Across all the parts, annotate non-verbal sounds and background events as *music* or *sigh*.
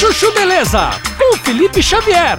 Chuchu Beleza, com Felipe Xavier.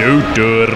Doutor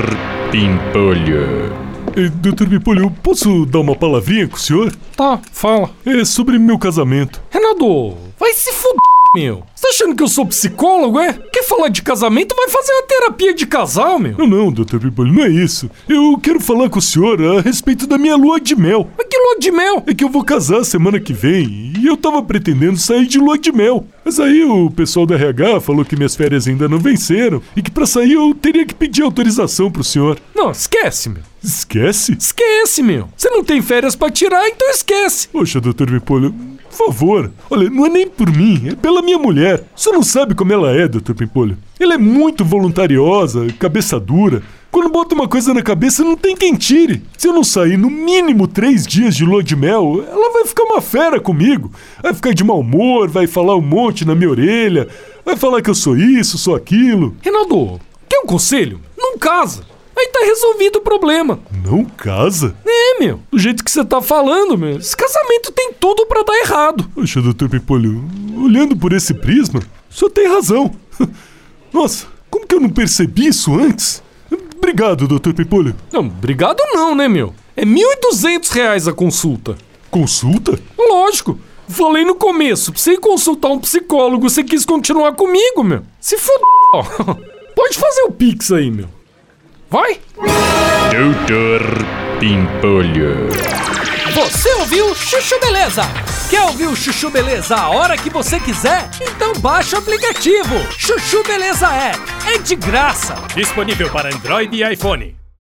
Pimpolho. Eh, Doutor Bipolho, posso dar uma palavrinha com o senhor? Tá, fala. É sobre meu casamento. Renato, vai se fuder, meu. Você tá achando que eu sou psicólogo, é? Quer falar de casamento, vai fazer uma terapia de casal, meu. Não, não, doutor Bipolho, não é isso. Eu quero falar com o senhor a respeito da minha lua de mel. Mas que lua de mel. É que eu vou casar semana que vem e eu tava pretendendo sair de lua de mel. Mas aí o pessoal da RH falou que minhas férias ainda não venceram e que pra sair eu teria que pedir autorização pro senhor. Não, esquece, meu. Esquece? Esquece, meu. Você não tem férias pra tirar, então esquece. Poxa, doutor Bipolho, por favor. Olha, não é nem por mim, é pela minha mulher. O senhor não sabe como ela é, doutor Pimpolho. Ela é muito voluntariosa, cabeça dura. Quando bota uma coisa na cabeça, não tem quem tire. Se eu não sair no mínimo três dias de lua de mel, ela vai ficar uma fera comigo. Vai ficar de mau humor, vai falar um monte na minha orelha, vai falar que eu sou isso, sou aquilo. Renato, quer um conselho? Não casa. Aí tá resolvido o problema. Não casa? É, meu. Do jeito que você tá falando, meu. Esse casamento tem tudo pra dar errado. Poxa, doutor Pimpolho, olhando por esse prisma, o senhor tem razão. *laughs* Nossa, como que eu não percebi isso antes? Obrigado, doutor Pimpolho. Não, obrigado não, né, meu? É 1.200 reais a consulta. Consulta? Lógico. Falei no começo, pra você ir consultar um psicólogo, você quis continuar comigo, meu. Se fudeu. ó. *laughs* Pode fazer o pix aí, meu. Vai. Doutor Pimpolho. Você ouviu Chuchu Beleza? Quer ouvir o Chuchu Beleza a hora que você quiser? Então baixa o aplicativo. Chuchu Beleza é. É de graça. Disponível para Android e iPhone.